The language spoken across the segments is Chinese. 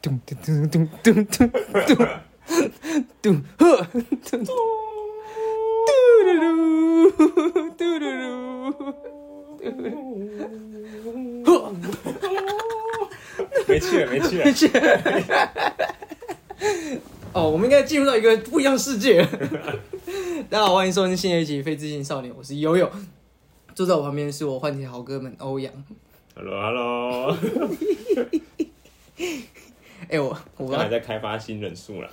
咚咚咚咚咚咚咚咚呵，咚嘟噜噜，嘟噜噜，嘟噜噜， 没去没去呵，，去。 哦，我们应该进入到一个不一样的世界。 大家好，欢迎收听新的一集《非自信少年》，我是悠悠，坐在我旁边是我换体好哥们欧阳。 Hello Hello，哎、我我我还在开发新人 数了。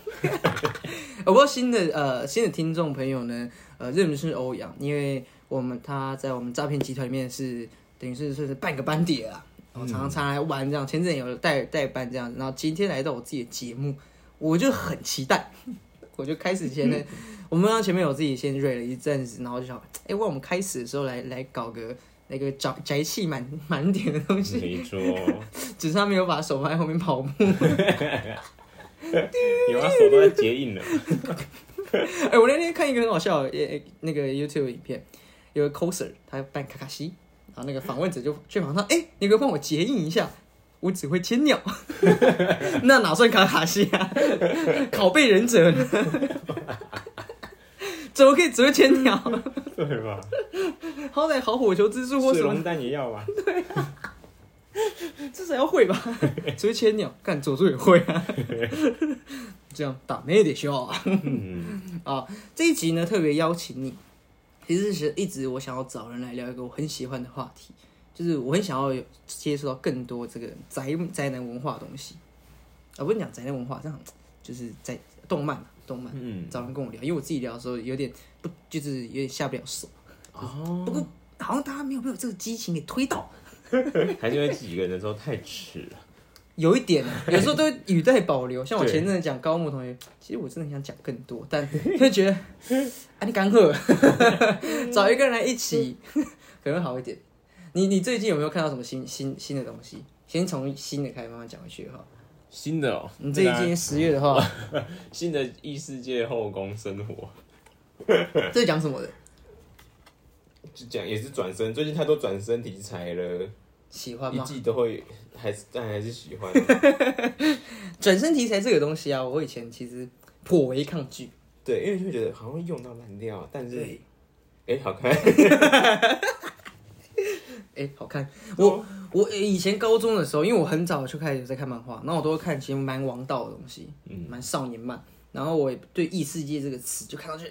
我不知道新的呃新的听众朋友呢，呃认不认识欧阳？因为我们他在我们诈骗集团里面是等于是算是半个班底了啦，然后常常常来玩这样，前阵有带带班这样子，然后今天来到我自己的节目，我就很期待， 我就开始前呢，我们刚前面有自己先蕊了一阵子，然后就想，哎、为我们开始的时候来来搞个。那个宅宅气满满点的东西，没错，只是他没有把手放在后面跑步。你妈啊手都在结印 了。 哎、我那天看一个很好笑的，也那个 YouTube 影片，有个 coser 他扮卡卡西，然后那个访问者就去访他，哎、你可不可以帮我结印一下，我只会牵鸟， 那哪算卡卡西啊？ 拷贝忍者呢？ 怎么可以只会牵鸟？对吧？好歹好火球之术或水什么龙，蛋也要啊 吧？至少要会吧？ 只会牵鸟，干佐助也会啊， 这样打妹得笑啊。嗯，啊，这一集呢特别邀请你，其实是一直我想要找人来聊一个我很喜欢的话题，就是我很想要有接触到更多这个宅宅男文化的东西。啊，不是讲宅男文化，这样就是在动漫、啊，动漫。嗯找人跟我聊，因为我自己聊的时候有点不，就是有点下不了手。哦，不过好像大家没有被我这个激情给推到，还是因为自己一个人的时候太迟了。有一点啊，有时候都会语带保留。像我对前阵子讲高木同学，其实我真的想讲更多，但 就觉得啊，你干喝，找一个人来一起 可能会好一点。你你最近有没有看到什么新新新的东西？先从新的开始慢慢讲回去哈。新的哦，你最那个近十月的话，啊新的异世界后宫生活， 这是讲什么的？就讲也是转身，最近太多转身题材了，喜欢一吗？季都会，还是但还是喜 欢。转身题材这个东西啊，我以前其实颇为抗拒。对，因为就会觉得好像会用到烂掉，但是对哎、好 看。 哎、好看！我我以前高中的时候，因为我很早就开始在看漫画，那我都会看其实蛮王道的东西，嗯蛮少年漫。然后我也对异世界这个词就看到就，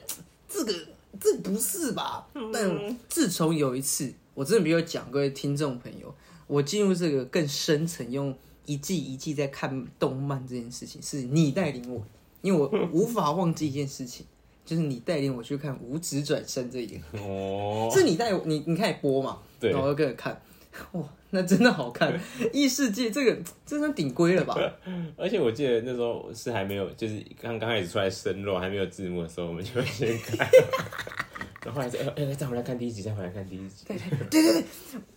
这个这不是吧？但自从有一次，我真的没有讲各位听众朋友，我进入这个更深层，用一季一季在看动漫这件事情，是你带领我，因为我无法忘记一件事情，就是你带领我去看《无职转身》这一个。哦，是你带我你你开始播嘛，对然后我就跟着看， 哇，那真的好看，《异世界》这个这算顶规了吧？ 而且我记得那时候是还没有，就是刚刚开始出来生肉还没有字幕的时候，我们就会先 看，然后后来再哎、哎再回来看第一集，再回来看第一集，对对对，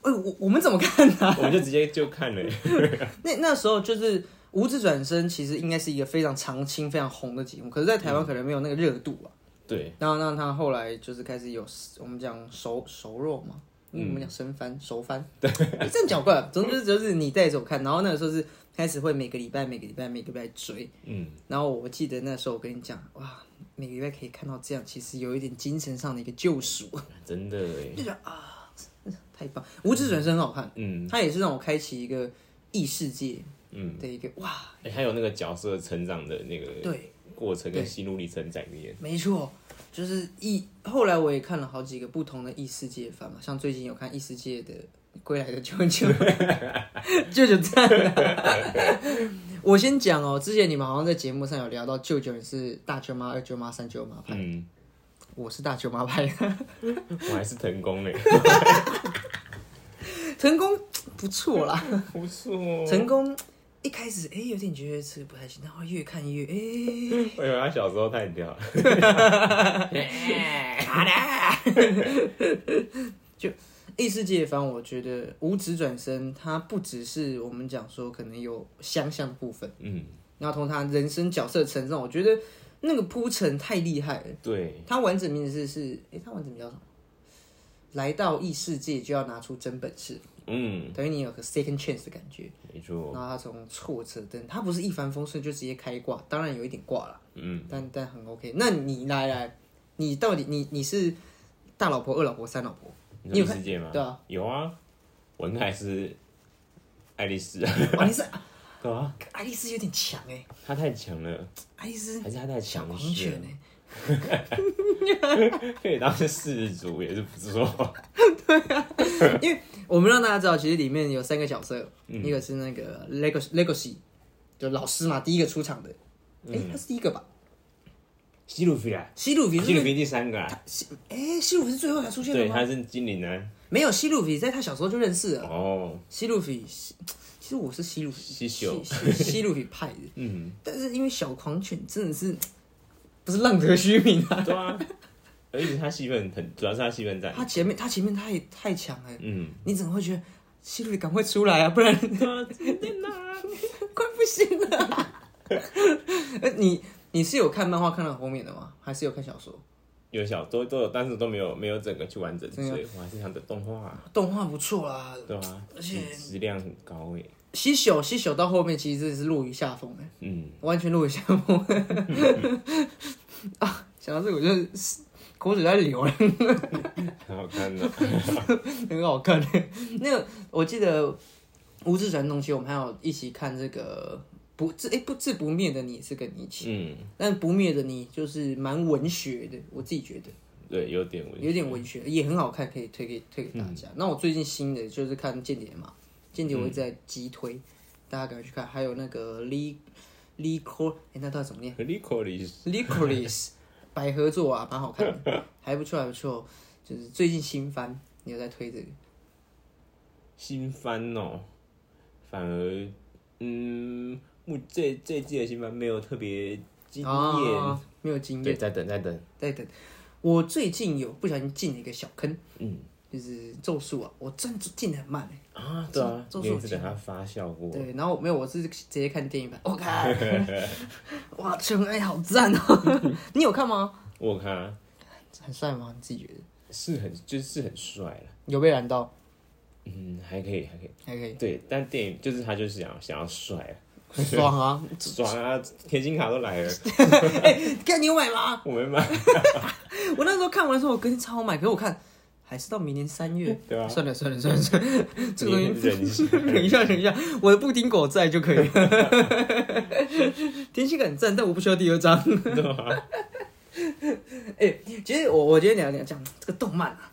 哎、我我们怎么看呢、 我们就直接就看了。那那时候就是《无字转身》，其实应该是一个非常常青、非常红的节目，可是，在台嗯湾可能没有那个热度啊。对，然后，让他后来就是开始有我们讲熟熟肉嘛，因为我们讲生嗯番、熟 番，对，这样讲怪了。总之就是你带着我看，然后那个时候是开始会每个礼拜、每个礼拜、每个礼拜追。嗯，然后我记得那时候我跟你讲，哇，每个礼拜可以看到这样，其实有一点精神上的一个救赎，真的哎，太棒！无指转身很好看，嗯它也是让我开启一个异世界嗯，的一个哇，哎、还有那个角色成长的那个对，过程跟心路历程在里面。没错，就是异。后来我也看了好几个不同的异世界番嘛，像最近有看异世界的《归来的舅 舅》，舅舅赞啊。我先讲哦，之前你们好像在节目上有聊到舅舅是大舅妈、二舅妈、三舅妈派，嗯，我是大舅妈派。我还是 成功哎，成功不错啦，不错。成功一开始哎、有点觉得这个不太行，然后越看越哎，我以为他小时候太屌了，好啦， 就异世界番，我觉得《五指转身》它不只是我们讲说可能有相像的部分，嗯，然后同他人生角色成长，我觉得那个铺陈太厉害了。对，它完整名字是是，哎、它完整名叫什么？来到异世界就要拿出真本事，嗯，等于你有个 second chance 的感觉。没错，然后他从挫折灯，他不是一帆风顺就直接开挂，当然有一点挂了，嗯，但但很 OK。那你来来，你到底你你是大老婆、二老婆、三老婆？你你有有看世界吗？对啊，有啊，我应该还是爱丽丝，啊哇，你是对啊，爱丽丝有点强哎、她太强了，爱丽丝还是她啊太强狂势犬了哎、，可以当世主也是不错，我们让大家知道，其实里面有三个角色，嗯一个是那个 Legacy Legacy，就老师嘛，第一个出场的，哎、嗯他是第一个吧？ 西鲁菲啊，西鲁比西鲁是菲第三个啊，西，哎、西鲁比是最后才出现的对，吗他？是啊精灵男，没有，西鲁比在他小时候就认识了。哦，西鲁比，西其实我是西鲁西西秀西西鲁比派的，嗯，但是因为小狂犬真的是不是浪得虚名 啊，对啊，而且他戏份很， 主要是他戏份在，他前面他前面太太强了，嗯，你怎么会觉得西鲁比赶快出来啊？不然对啊，天哪， 快不行了、 呃你你是有看漫画看到后面的吗？还是有看小说？有小都都有，但是都没有没有整个去完整对啊追，我还是想着动画，啊动画不错啦，对啊，而且质量很高欸诶，西朽西朽到后面其实真的是落于下风哎、嗯，完全落于下风 啊！想到这个我就是 口水在流了。很好看啊的，很好看。 那个我记得《无字传》东西，我们还有一起看这个不自哎、不自不灭的你是跟你一起，嗯，但不灭的你就是蛮文学的，我自己觉得对，有点文，嗯有点文学，也很好看，可以推给推给大家。那我最近新的就是看《间谍》嘛，《间谍》我一直在急推，大家赶快去看。还有那个 Lee Lee Cor，哎、那到底怎么念？和 l i c o r i c Licorice 百合作啊，蛮好看的，还不错，还不错。就是最近新番，你有在推 这个？新番哦，反而嗯，目这这季的新番没有特别惊艳，啊，没有经对，验，再等再等，在等。我最近有不小心进了一个小坑，嗯就是咒术啊，我真的进的很慢、欸、啊，对啊，咒你咒术也是等它发酵过，对，然后没有，我是直接看电影版。我看， 哇，纯爱好赞哦、 你有看吗？我有看啊很帅吗？你自己觉得？是很就是很帅了，有被燃到？嗯，还可以还可以，还可以，对，但电影就是他就是想想要帅啊，爽 啊！爽啊，甜心卡都 来了，看你有买吗？我没买，我那时候看完的时候，我跟超买，可是我看还是到明年三月。对啊算了算了算了算了，这个你东西忍忍一下一下忍一下，我的布丁狗在就可以 了。天气很赞，但我不需要第二章。对啊，哎、其实我我今天聊聊讲这个动漫啊，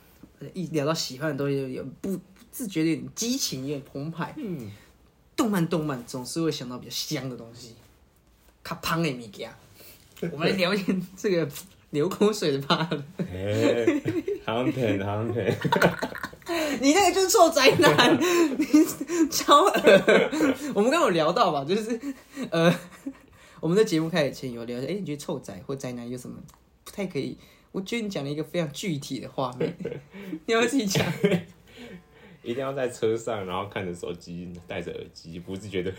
一聊到喜欢的东西，有有不不自觉的有点激情，有点澎湃。嗯，动漫动漫总是会想到比较香的东西，卡胖的物件。我们来聊一点这个流口水的吧。哎，航天航天，你那个就是臭宅 男，你超恶。我们刚刚有聊到吧，就是呃，我们在节目开始前有聊，哎、你觉得臭宅或宅男有什么不太可以？我觉得你讲了一个非常具体的画面，你要不要自己讲。一定要在车上，然后看着手机，戴着耳机，不自觉的。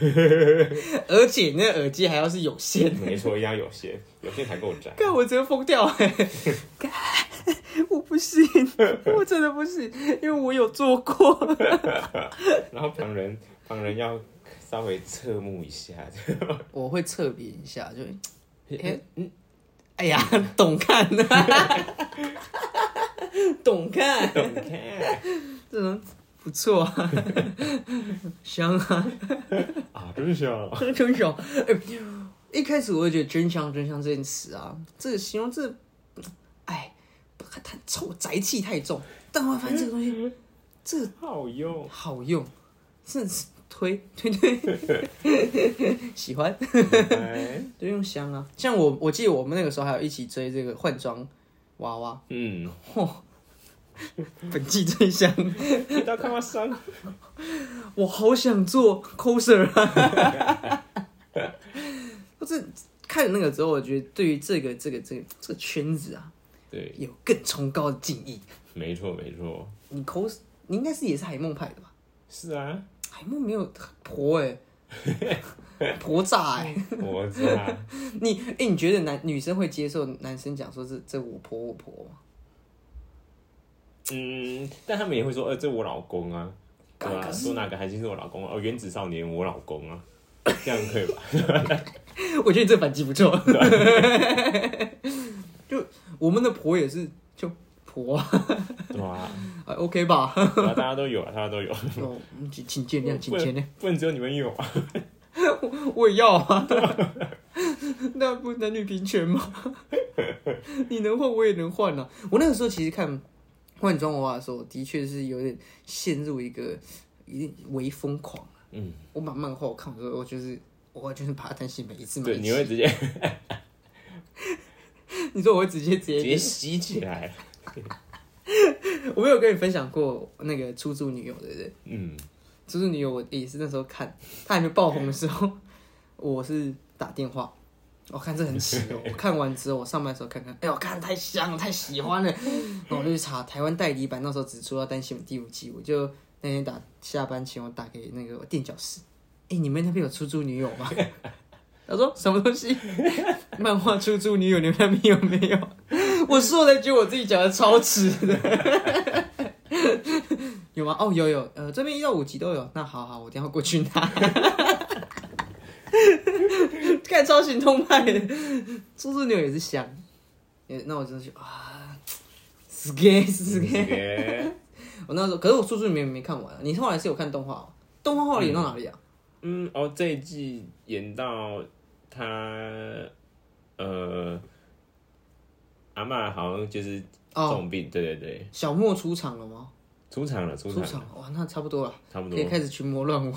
而且那个耳机还要是有线的，没错，一定要有线，有线才够 窄。看我直接疯掉哎、干我不行，我真的不行，因为我有做过。然后旁人旁人要稍微侧目 一下，我会侧边一下，就哎 嗯，哎呀，懂 看的，懂看，懂看这种不错啊， 香啊，啊，真是哦，真香。哎，一开始我也觉得“真香”“真香”这件词啊，这个形容这，哎，它它臭宅气太重，但我发现这个东西，这个好 用。好用，甚至推推推， 喜欢。哎就用香啊。像我，我记得我们那个时候还有一起追这个换装娃娃，嗯，本季最香。一到看到伤，我好想做 coser 啊！ 我这看了那个之后，我觉得对于这个这个这个这个圈子啊， 对，有更崇高的敬意。没错没错， 你 cos，你应该是也是海梦派的吧？是啊，海梦没有婆哎、婆炸哎、我知道，你哎、你觉得男女生会接受男生讲说是这我婆我婆吗？嗯，但他们也会说，呃，这我老公啊，对吧、干可是说哪个韩星是我老公啊？哦，原子少年我老公啊，这样可 以吧？ 我觉得你这反击不错。就我们的婆也是就婆啊对吧、啊？啊，OK 吧？对啊大家都有啊，大家都有， 哦，请请见谅，请不见谅能。不能只有你们有啊， 我也要啊，那不男女平权吗？ 你能换我也能换啊。我那个时候其实看换装娃娃的时候，的确是有点陷入一个有点微疯狂。啊嗯，我把漫画我看完之后，我就是我就是把它担心每一次每对，一你次。会直接 你说我会直接直直接，接吸起来，我没有跟你分享过那个出租女友，对不对？嗯，出租女友我也是那时候看，她还没爆红的时候， 我是打电话。我、看这很奇哦！我看完之后，我上班的时候看看，哎呦，看太香了，太喜欢了。然后我就去查台湾代理版，那时候只出到单行本第五季，我就那天打下班前，我打给那个垫脚石，哎、你们那边有出租女友吗？ 他说什么东西？ 漫画出租女友，你们那边有没有？我说我才觉得我自己讲的超迟的。 有吗？哦，有有，呃，这边一到五集都有。那好好，我等一下过去拿。 看超行动派的，猪猪牛也是香。也那我真的是啊，死 gay 死 gay。耶我那时候，可是我猪猪牛没看完、啊。你后来是有看动画、哦？动画后来演到哪里啊？嗯，哦，这一季演到他，呃，阿嬷好像就是哦，重病，对对对，小莫出场了吗？出场了，出出场场了哇，那差不多了，差不可以多，啊开始群魔乱舞。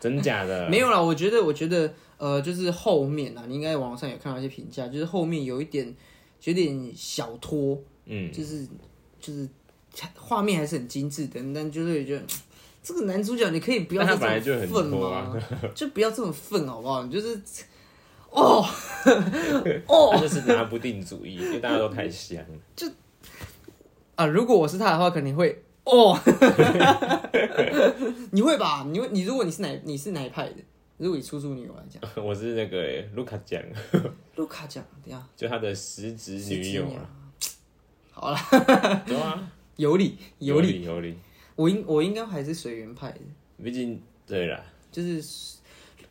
真假的，没有啦，我觉得，我觉得，呃，就是后面啊，你应该网上有看到一些评价，就是后面有一点，有点小拖，嗯，就是就是画面还是很精致的，但就是会觉得嗯这个男主角你可以不要但再他本来这就很么愤拖吗？啊 就不要这么愤好不好？你就是哦哦他就是拿不定主意，因为大家都太香了，啊！如果我是他的话，肯定会 哦， 你会吧？你会你如果你是哪你是哪一派的？如果以出租女友来讲，我是那个欸卢卡酱，卢卡讲等一下就他的实职女友啊，好了，对啊，有理 有理，理有理，我应我应该还是水源派的。毕竟对啦，就是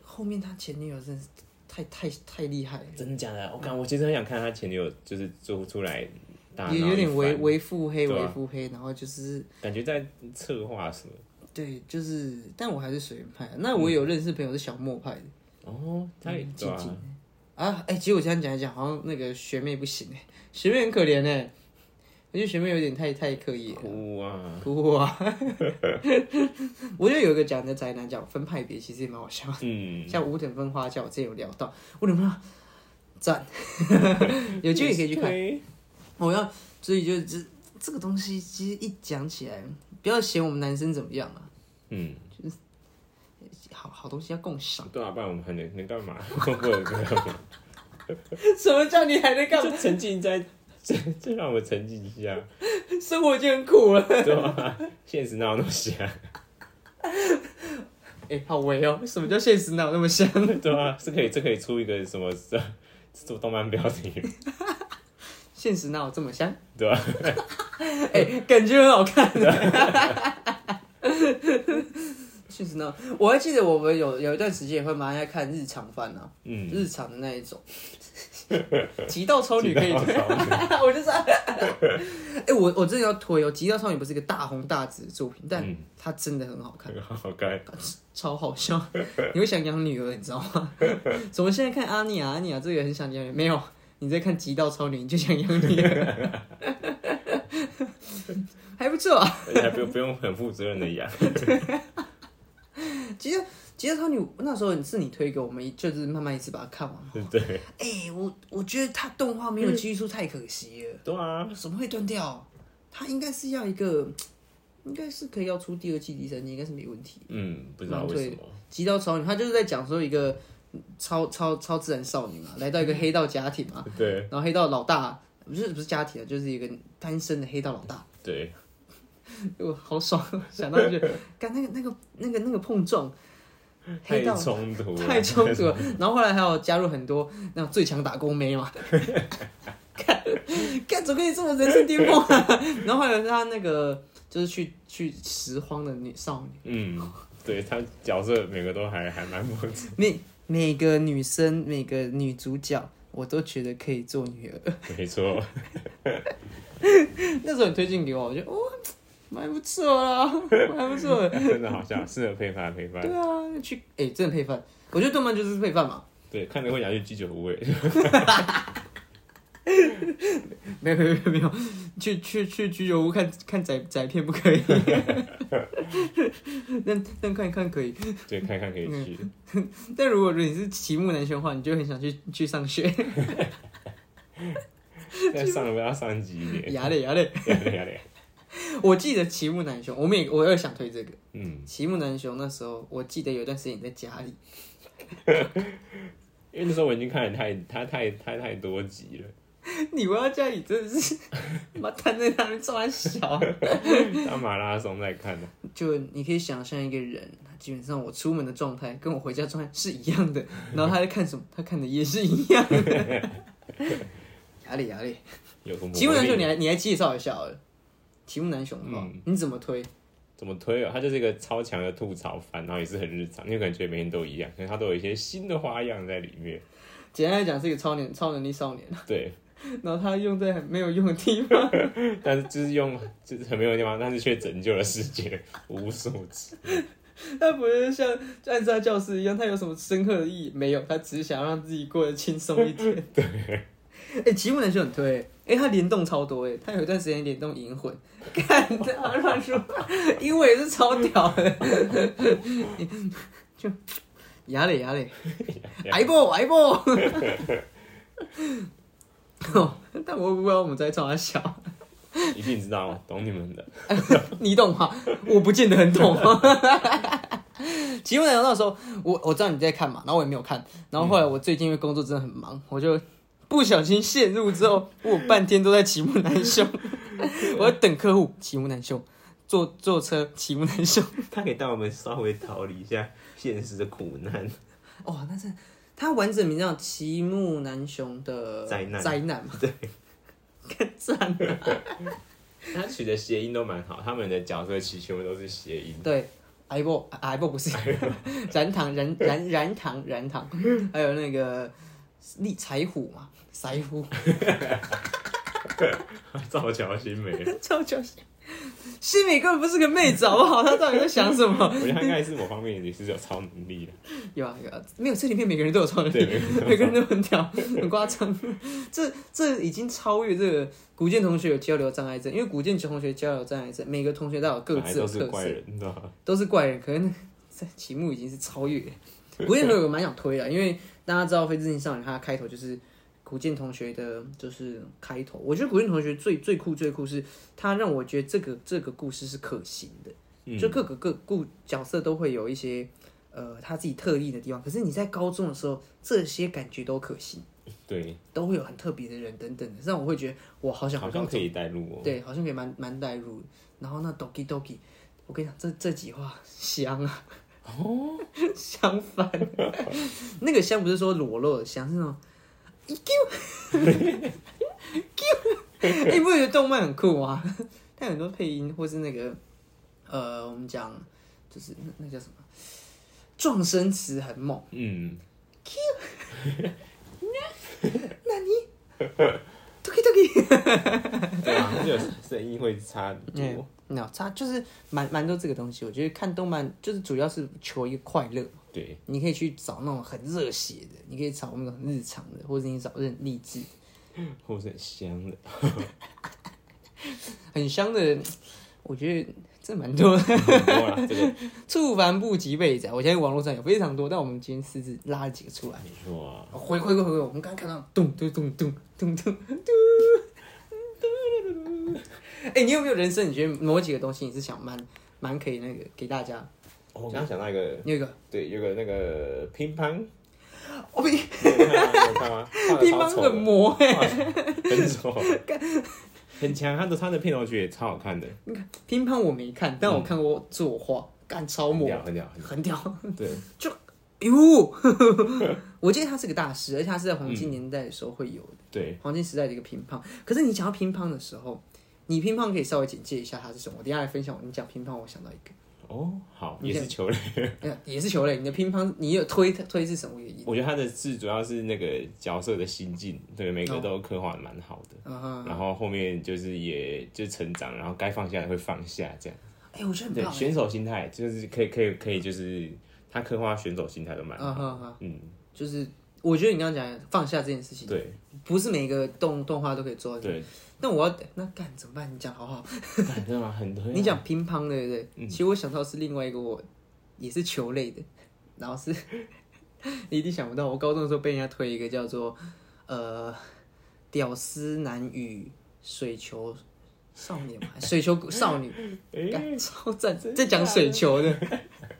后面他前女友真的是太太太厉害了，真的假的？我感我其实很想看他前女友，就是做出来大闹也有点为微微，为腹黑，对啊为腹黑，然后就是感觉在策划什么。对，就是，但我还是水原派啊。那嗯我也有认识朋友是小莫派的，哦，他也嗯对静静的啊，啊，哎、其实我这样讲一讲，好像那个学妹不行哎、 学妹很可怜哎、我觉得学妹有点太太刻意了。哭啊，哭啊！ 我觉得有一个讲的宅男讲分派别，其实也蛮好笑的。 嗯，像五等分花轿，我之前有聊到，五等分花赞， 有机会可以去 看。看。我要，所以就这这个东西，其实一讲起来，不要嫌我们男生怎么样啊，嗯，好好东西要共享。对啊，不然我们还能能干嘛？ 我有个，什么叫你还能 干嘛？就沉浸在， 这这让我沉浸一下， 生活已经很苦了。对吧？现实哪有那么香？哎、好微哦，什么叫现实哪有那么香？ 对啊，这可以这可以出一个什么 这做动漫标题，现实哪有这么香？对啊吧？ 哎、感觉很好看。啊 现实呢，我还记得我们有有一段时间也会蛮爱看日常番啊， 嗯，日常的那一 种，极道超女可以极道超 女 我就是，哎、我我真的要推哦，《极道超女》不是一个大红大紫的作品，但嗯它真的很好看，很好看， 超好笑， 你会想养女儿，你知道吗？ 怎么现在看阿尼亚，阿尼亚这个也很想养女儿，没有，你在看《极道超女》，你就想养女儿， 还不错啊。而且还不用不用很负责任的养，其实《极道超女》那时候是你推给我们，就是慢慢一次把它看完。对不 对？哎、我我觉得它动画没有技术太可惜了。对啊，怎么会断掉？它应该是要一个，应该是可以要出第二季、第三季，应该是没问题。嗯，不知道为什么，极道超女，她就是在讲说一个超超超自然少女嘛，来到一个黑道家庭嘛，对然后黑道老大不是不是家庭啊，就是一个单身的黑道老大，对，我好爽，啊想到就干那个那个那个那个碰撞，黑太道冲突了，太冲突了。 然后后来还有加入很多那种最强打工妹嘛，看看怎么可以这么人生巅峰啊？然后还有他那个就是去去拾荒的女少女，嗯，对他角色每个都还还蛮不错。 每每个女生每个女主角，我都觉得可以做女儿。 没错， 那时候你推荐给我，我觉得哦，蛮不错啦，蛮不错的。真的好像适合配饭配饭。对啊，去哎、真的配饭。我觉得动漫就是配饭嘛，对，看着会想去鸡酒无味。没有没有没有没有，去去去居酒屋看看仔仔片不可以， 但但看一看可以。对，看看可以去。 但如果你是齐木男生的话，你就很想去去上学， 现在上了不要上几点？牙嘞牙嘞。 呀嘞呀嘞，我记得齐木楠雄，我们也我也想推这个嗯，齐木楠雄。那时候我记得有一段时间你在家里，因为那时候我已经看了太他太他太多集了，你回到家里真的是妈瘫在那边照他小，当马拉松在看的。就你可以想象一个人，他基本上我出门的状态跟我回家状态是一样的，然后他在看什么，他看的也是一样的。压力压力，有个魔齐木楠雄，你力。还你还介绍一下好了。齐木楠雄的话，你怎么推？怎么推哦？他就是一个超强的吐槽番，然后也是很日常，因为感觉每天都一样，可是他都有一些新的花样在里面。简单来讲，是一个超能超能力少年， 对，然后他用在很没有用的地方。但是就是用就是很没有地方，但是却拯救了世界无数次。 他不是像暗杀教师一样，他有什么深刻的意义？没有，他只是想让自己过得轻松一点。对，哎、吉姆男就很推、哎、他联动超多哎、他有一段时间联动银魂，看他乱说，英文也是超屌的， 就牙嘞牙嘞，挨波挨波。 哦，但我不知道我们在冲他笑，一定知道，懂你们的。 你懂吗？我不见得很 懂。吉姆男那时候，我我知道你在看嘛，然后我也没有看，然后后来我最近因为工作真的很忙，我就不小心陷入之后，我半天都在吉姆男兄， 我在等客户吉姆男兄，坐坐车吉姆男 兄，他可以带我们稍微逃离一下现实的苦难。哇，哦那是他完整名叫吉木南雄的灾难灾难嘛？ 对，看赞啊他取的谐音都蛮好，他们的角色其实全部都是谐 音。对，癌博癌博不是， 燃糖燃燃燃糖燃 糖，还有那个立柴虎嘛，柴 虎造桥新梅，超搞笑。西美根本不是个妹子好不好？她到底在想什 么？我觉得他应该是某方面也是有超能力的。 有啊有啊，没有这里面每个人都有超能 对力，没有每个人都很屌，很夸张。 这这已经超越这个古建同学有交流障碍症，因为古建同学交流障碍症，每个同学都有各本来自的都特是怪色。人，你知道吗？都是怪人，可能在题目已经是超越了。古剑同学我蛮想推的，因为大家知道《非自信少女》它的开头就是古剑同学的，就是开头。我觉得古剑同学最最酷最酷是，他让我觉得这个这个故事是可行的，嗯就各个各故角色都会有一些呃他自己特立的地方。可是你在高中的时候，这些感觉都可行，对，都会有很特别的人等等的，让我会觉得我好想回好高像可以带入哦。对，好像可以蛮蛮带入的。然后那 Doki Doki，我跟你讲，这这几话香啊！ 哦，相反，那个香不是说裸露的香，是那种 Q Q。哎、你不觉得动漫很酷吗？ 它有很多配音，或是那个呃，我们讲就是那那叫什么，撞声词很猛。 嗯， Doki Doki，对啊，这个声音会 差很嗯 多。，那它就是蛮蛮多这个东西。我觉得看动漫就是主要是求一个快乐。对，你可以去找那种很热血的，你可以找那种很日常的，或者你找很励志、或是很香的。很香的。我觉得这蛮多的，很多啦， 这个触凡不及被宰。我相信网络上有非常多，但我们今天私自拉了几个出来。没错啊。回回回回，我们刚刚看到咚咚咚咚咚咚咚咚哎、你有没有人生？你觉得某几个东西你是想蛮蛮可以那个给大家？哦我刚刚想到一个，你有一个对，有个那个乒乓，哦，乒 你有看吗？你有看 吗？乒乓很魔哎、很丑， 很强。他的他的片头曲也超好看的，乒乓我没看，但我看过作画，干、超很模，屌，很屌，很屌。对，就哟，我记得他是个大师，而且他是在黄嗯金年代的时候会有的，对，黄金时代的一个乒乓。可是你讲到乒乓的时候，你乒乓可以稍微简介一下它是什么？我等一下来分享。你讲乒乓，我想到一 个，哦，好，你也是球类。哎呀，也是球类。你的乒乓，你有推推是什么原因？ 我觉得他的字主要是那个角色的心境，对，每个都刻画得蛮好的。啊哈，然后后面就是也就成长，然后该放下的会放下，这样。哎，我觉得很对，棒哎。选手心态就是可以可以可以，就是他刻画选手心态都蛮啊好。哈哈，嗯，就是我觉得你刚刚讲放下这件事情，对不是每个动动画都可以做到。对，那我要那干怎么办？你讲好好，感觉嘛很多。 嗯你讲乒乓对不对？其实我想到是另外一个我也是球类的， 然后是你一定想不到，我高中的时候被人家推一个叫做呃屌丝男与水球少年嘛，水球少 女，哎干超赞真，在讲假水球的。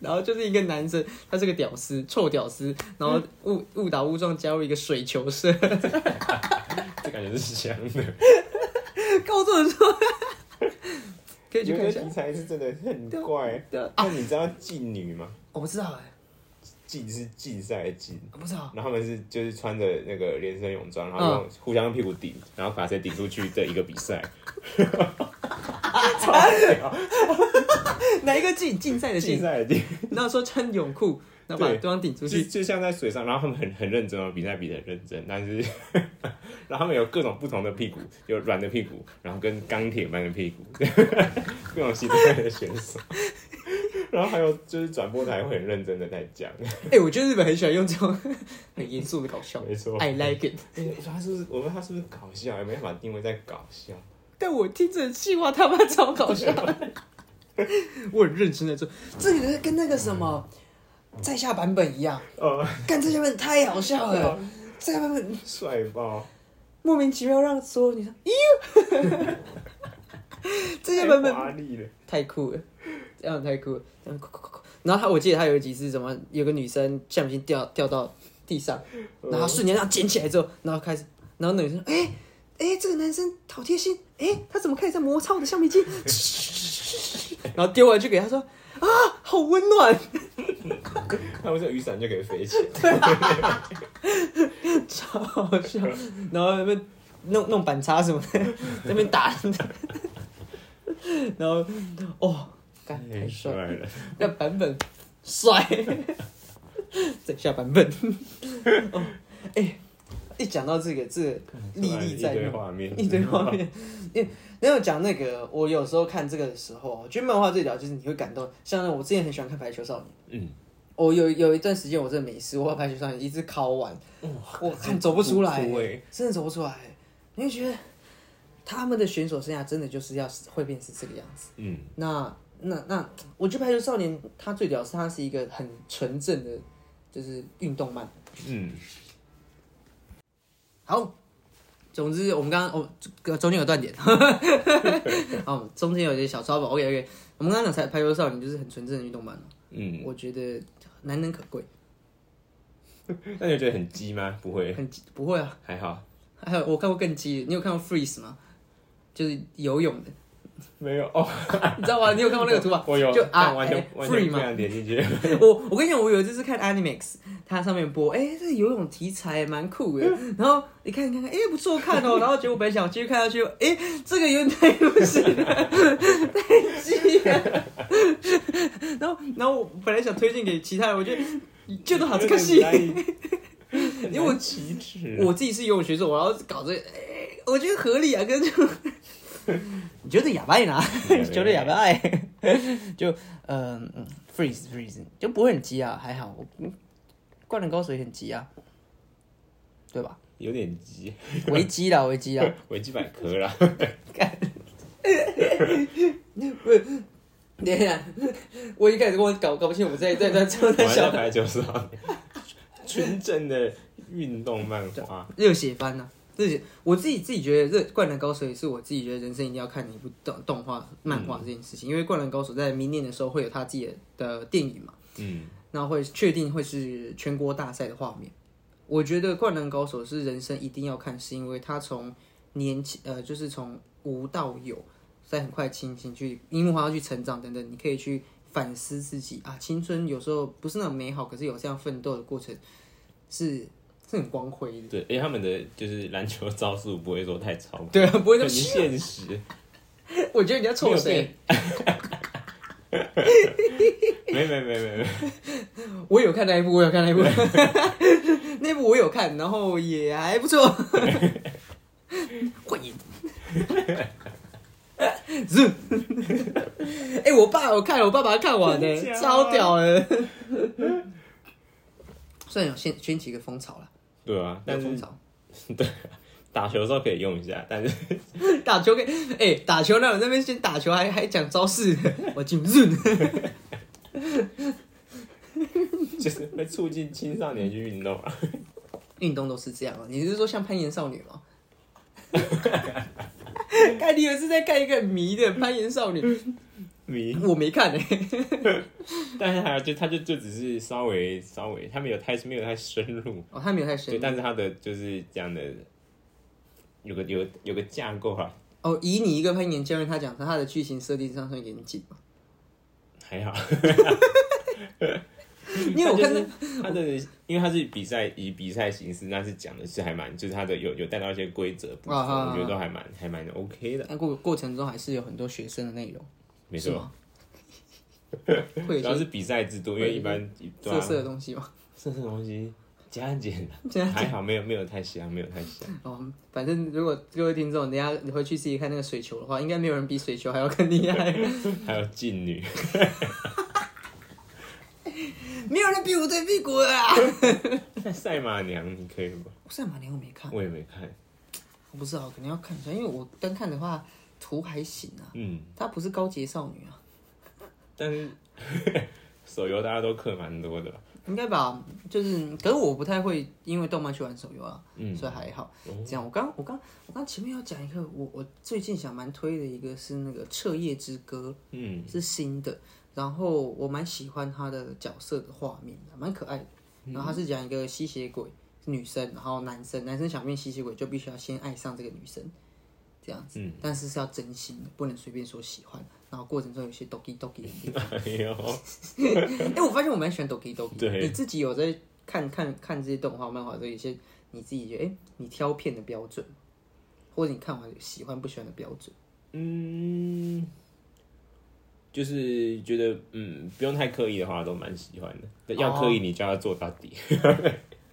然后就是一个男生，他是个屌丝，臭屌丝，然后误误打误撞加入一个水球社。 这感觉是香的。高中的时候， 可以去有看的一下。题材是真的很怪。对啊那你知道妓女吗？我不知道哎，竞是竞赛的竞，我不知道。 然后他们是就是穿着那个连身泳嗯装，然后用互相用屁股顶，然后把谁顶出去的一个比赛。超屌哪一个竞竞赛的竞竞？赛的地，然后说穿泳裤，然后把对对方顶出就去。就像在水上，然后他们很很认真哦，比赛比的很认真，但是， 然后他们有各种不同的屁股，有软的屁股，然后跟钢铁般的屁股， 各种形态的选手。 然后还有就是转播台会很认真的在讲，哎、我觉得日本很喜欢用这种 很严肃的搞笑。没错。 I like it，哎我说他是不是？我问他是不是搞笑？也没办法定位在搞笑。但我听这气话他妈超搞笑。 我很认真的做，这个跟那个什么在下版本一样，呃，干这下版本太好笑了。这下版本 帅爆！莫名其妙让所有女生，咦， 这下太版本华丽了。太酷了，这样太酷了，这样酷酷酷酷。然后他，我记得他有一集是什么，有个女生橡皮筋掉掉到地上，然后他瞬间让捡起来之后，然后开始，然后那女生，哎、哎、这个男生好贴心，哎、他怎么开始在摩擦我的橡皮筋？ 然后丢回去给他说，啊，好温暖， 嗯他们这雨伞就可以飞起来。超好笑。然后那边弄弄板擦什么的，那边打， 然后哦，嗯干太太帅了。哎帅了！那版本帅，再下版本。 哦，哎、一讲到这个，这个历历在一堆目，画面， 一堆画。 面。因为然后讲那个，我有时候看这个的时候，我觉得漫画最屌就是你会感动。像我之前很喜欢看《排球少年》，嗯，我有有一段时间我真的没事，我把《排球少年》一直考完，我看走不出来、哭欸真的走不出来、你会觉得他们的选手生涯真的就是要会变成这个样子。嗯，那那那，我觉得《排球少年》它最屌是它是一个很纯正的，就是运动漫。嗯，好，总之我们刚刚哦中间有 断点，哦中间有一些小抄吧。OK OK，我们刚刚讲《排排球少年》就是很纯正的运动漫、嗯，我觉得难能可贵，那你有觉得很鸡吗？不会，很不会啊。还好，还有我看过更激的，你有看过 Freeze 吗？就是游泳的，没有哦。你知道吗？你有看过那个图吧？ 我有，就但啊完哎全完 free 全嘛不想点进去。 我我跟你讲，我有一次是看 Animax，它上面播，哎、这游泳题材蛮酷的。然后你看看看，哎、不错看哦。然 后结果本来想继续看下去，哎、这个有点太不行了，太激了。 然后然后我本来想推荐给其他人，我觉得这都好这个戏。因 因为我奇耻。 我自己是游泳选手，我要搞这个，哎、我觉得合理啊，跟这个。你觉得哑巴呢？你觉得哑巴哎？ 就呃嗯，freeze freeze 就不会很急啊，还好。我嗯灌篮高手也很急啊，对 吧？有点鸡，危机啦，危机啊啦。维基百科啦。 等一下，我一开始跟我搞搞不清，我在在在在我在还在想排球上，纯正的运动漫画。 热血番呢、热血，我自己自己觉得《热灌篮高手》也是我自己觉得人生一定要看的一部动动画漫画这件事情，因为《灌篮高手》在明年的时候会有他自己的的电影嘛，嗯，然后会确定会是全国大赛的画面。我觉得《灌篮高手》是人生一定要看，是因为他从年轻呃，就是从无到有，在很快清醒去，因为他要去成长等等，你可以去。反思自己啊，青春有时候不是那么美好，可是有这样奋斗的过程是是很光辉的。对，因为他们的就是篮球招数不会说太超过，对啊，不会那很么细。现实。 我觉得你在没臭有谁？没没没没没，我有看那一部，我有看那一部， 那一部我有看，然后也还不错。混音。Zoom，哎、我爸我看了，我爸把它看完呢、真假超屌的。虽然有掀掀起一个风潮啦，对啊，那但个风是潮，打球的时候可以用一下，但是 打球跟哎、打球那有那边先打球还还讲招式，我进 Zoom，就是会促进青少年去运动啊。 运动都是这样啊。你是说像攀岩少女吗？ 看你有是在看一个很迷的攀岩少女，迷，我没看诶、欸，但是他就他就就只是稍微稍微，他没有太没有太深入，哦，他没有太对，深。但是他的就是这样的，有个有有个架构啊，哦，以你一个攀岩教练，他讲他的剧情设定上算严谨嘛？还好。 因为我看他到就是他的，因为他是比赛以比赛形式，那是讲的是还蛮，就是他的有有带到一些规则部分，啊啊啊我觉得都还蛮还蛮 OK 的，但过过程中还是有很多学生的内容，没是错。吗？会主有要一是些比赛制度，因为一般对啊色色的东西吗？色色的东西加 减加减还好，没有没有太香，没有太香。哦，反正如果各位听众，等一下你回去自己看那个水球的话，应该没有人比水球还要更厉 害，还有劲女， 没有人比我对屁股了啊！ 那赛马娘你可以吗？赛马娘我没看，我也没看，我不知道，可能要看一下，因为我单看的话图还行啊，嗯，她不是高洁少女啊，但是手游大家都氪蛮多的吧， 应该吧？就是，可是我不太会因为动漫去玩手游啊，嗯，所以还好。哦这样，我刚我刚我刚前面要讲一个，我我最近想蛮推的一个是那个《彻夜之歌嗯》，是新的，然后我蛮喜欢他的角色的画面的，蛮可爱的。嗯然后他是讲一个吸血鬼女生，然后男生男生想变吸血鬼就必须要先爱上这个女生，这样子，嗯但是是要真心的，不能随便说喜欢。然后过程中有些 doki doki 的地方，哎呦， 哎、我发现我蛮喜欢 doki doki 的。对你自己有在看看看这些动画、漫画，都有一些你自己觉得，哎、你挑片的标准，或者你看完喜欢不喜欢的标准，嗯，就是觉得嗯不用太刻意的话，都蛮喜欢的。但要哦刻意，你就要做到底，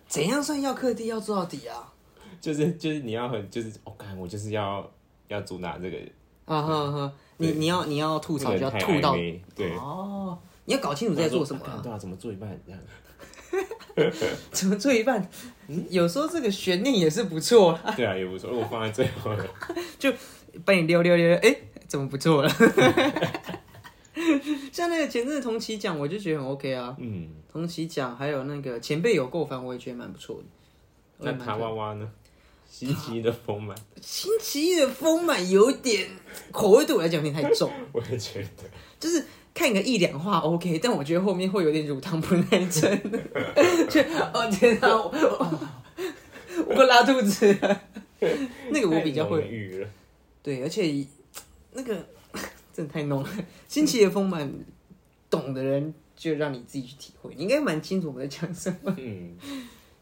怎样算要克地要做到底啊？就是就是你要很就是我看、干我就是要要主打这个，啊哈哈，你你要你要吐槽不哦就要能太吐暧到昧，对。哦，你要搞清楚在做什么我想说啊啊，对啊，怎么做一半这样？怎么做一半，嗯有时候这个悬念也是不错啊，对啊，也不错。如果放在最后了，帮你溜溜溜，哎、怎么不做了？ 像那个前阵子同期讲，我就觉得很 OK 啊。嗯，同期奖，还有那个前辈有够烦，我也觉得蛮不错的。我那也蛮塔推娃娃 呢？新奇的丰满，星期一的丰满有点口味对我来讲有点太重， 我也觉得。就是看个一两话 OK，但我觉得后面会有点乳糖不耐症， 就哦天啊，我 我我拉肚子 了，那 个我比较太浓会郁了。对，而且那个 真的太浓了。星期一的丰满，懂的人就让你自己去体会，你应该蛮清楚我们在讲什么。 嗯，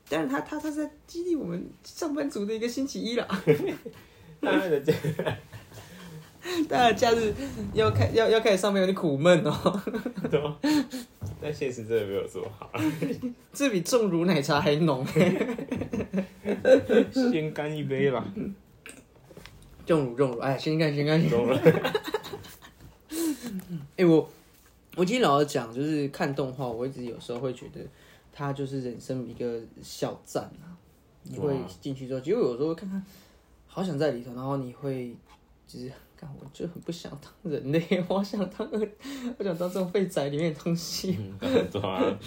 但是他他他在激励我们上班族的一个星期一啦， 大家的这大家假日要开要要开始上班有点苦闷哦，个都， 但现实真的没有做好，这比重乳奶茶还浓。先干一杯 吧。重乳重乳，哎，先干先干。中了，哎，我我今天老实讲，就是看动画，我一直有时候会觉得它就是人生一个小站啊，你会哇进去之后，结果有时候会看看，好想在里头，然后你会就是。干，我就很不想当人类， 我好想当，我想当这种废宅里面的东西。嗯对啊，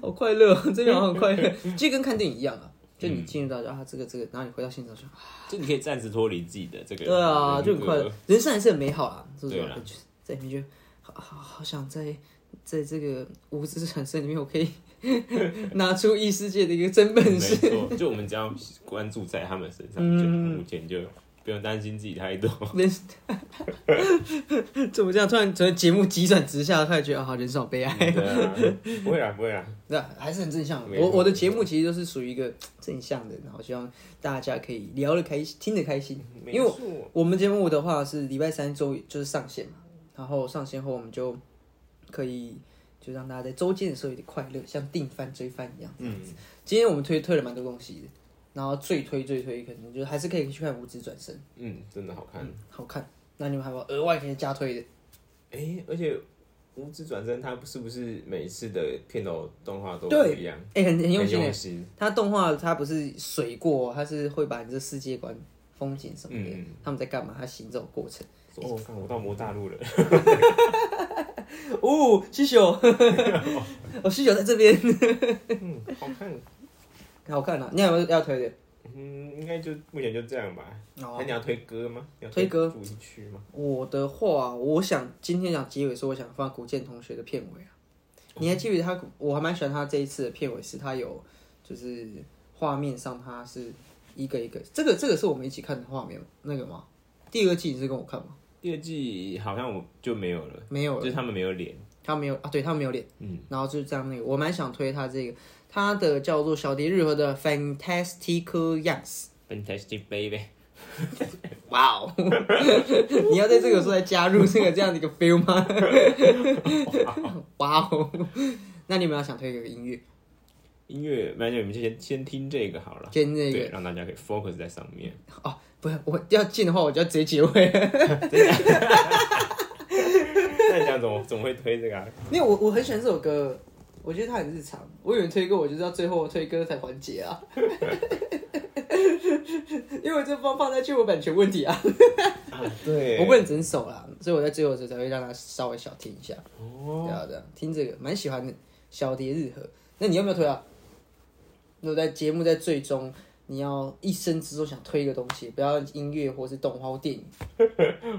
好快乐哦，这边好像很快乐，就跟看电影一样啊。就你进入到啊这个这个，然后你回到现场说， 就你可以暂时脱离自己的这个。对啊，就很快乐。，人生还是很美好啊，是不是对啦？就是在里面就好好好想在在这个无知产生里面，我可 以拿出异世界的一个真本 没事。嗯错，就我们只要关注在他们身上就好，目前就不不用担心自己太多。怎么这样？突然整个节目急转直下，突然觉得啊，好人生好悲哀。 对啊，不会啦，不会啦。那还是很正向的。没我错我的节目其实都是属于一个正向的，然后希望大家可以聊得开心，听得开心。没因为错我们节目的话是礼拜三周就是上线嘛，然后上线后我们就可以就让大家在周间的时候有点快乐，像订番追番一样。嗯，今天我们推推了蛮多东西的，然后最推最推可能就是还是可以去看《五指转身嗯，真的好》看。嗯，好看。那你们还有没有额外可以加推的？哎、而且《无指转身》它是不是每次的片头动画都不对一样？哎、很很用心很哎、用心。它动画它不是水过，它是会把你这世界观、风景什么的，嗯他们在干嘛，它行走过程。哦，看我到魔大陆了。 哦，西九，哦，西九在这边，嗯，好看。好看啊！你有没有要推的？嗯，应该就目前就这样吧。哦那你要推歌吗？你要推歌主题曲吗？我的话，我想今天想结尾说，我想放古建同学的片尾啊。你还记得他？我还蛮喜欢他这一次的片尾，是他有就是画面上他是一个一个，这个这个是我们一起看的画面那个吗？第二季你是跟我看吗？第二季好像我就没有了，没有就是他们没有脸。他没有啊，对他没有脸，嗯，然后就是这样那个，我蛮想推他这个，他的叫做小蝶日和的 Fantastic Youngs， Fantastic Baby，哇哦， 你要在这个时候再加入这个这样的一个 feel 吗？ 哇哦，那你们要想推一个音乐，音乐，那就你们就先先听这个好了，先那对，个让大家可以 focus 在上面。 哦，不是我要进的话，我就要直接结 尾，那你讲怎么怎么会推这个、啊？因为我我很喜欢这首歌。我觉得它很日常，我以为推歌我就是要最后推歌才环节啊， 因为这放放下去我版权问题啊。啊对，我不能整首啦，所以我在最后的时候才会让他稍微小听一下，哦，对啊，对啊，听这个蛮喜欢的《小蝶日和》。那你有没有推啊？如果在节目在最终，你要一生之中想推一个东西，不要音乐或是动画或电影，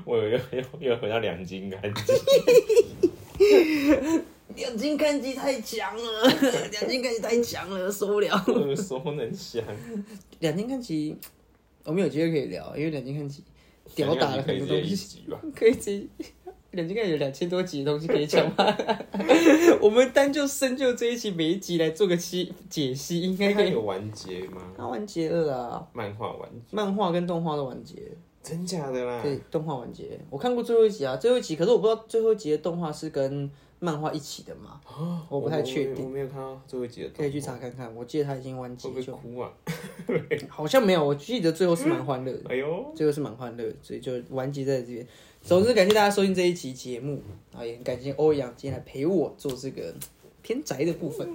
我又又又回到两斤干净。两斤看鸡太强 了，两斤看鸡太强了，受不了。耳熟能详，两斤看鸡，我们有机会可以聊，因为两斤看鸡 屌打了可很以多直接东一西。集吧。可以直接两集看有两千多集的东西可以讲 吗？我们单就深究这一集每一集来做个析解析，应该应可该以。有完结吗？它完结了啦，漫画完，漫画跟动画都完结了，真假的啦？对，动画完结。我看过最后一集啊，最后一集，可是我不知道最后一集的动画是跟漫画一起的嘛，我不太确定，我没有看到最后一集的动画，可以去查看看。我记得它已经完结会不会就，哭啊？好像没有，我记得最后是蛮欢乐的。哎呦，最后是蛮欢乐的，所以就完结在这边。总之，感谢大家收听这一期节目，啊，也很感谢欧阳今天来陪我做这个偏宅的部分。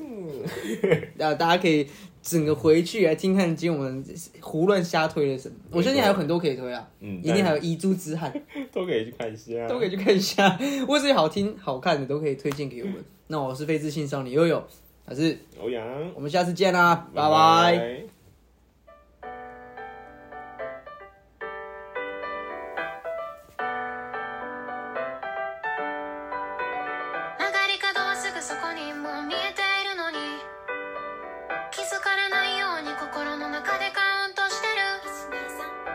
那、大家可以整个回去来听看今天我们胡乱瞎推了什么，我相信还有很多可以推啊，嗯，一定还有遗珠之憾， 都可以去看一 下，都可以去看一下，或是好听好看的都可以推荐给我们。那我是非自信少女悠悠，还是欧阳，我们下次见啦，拜拜拜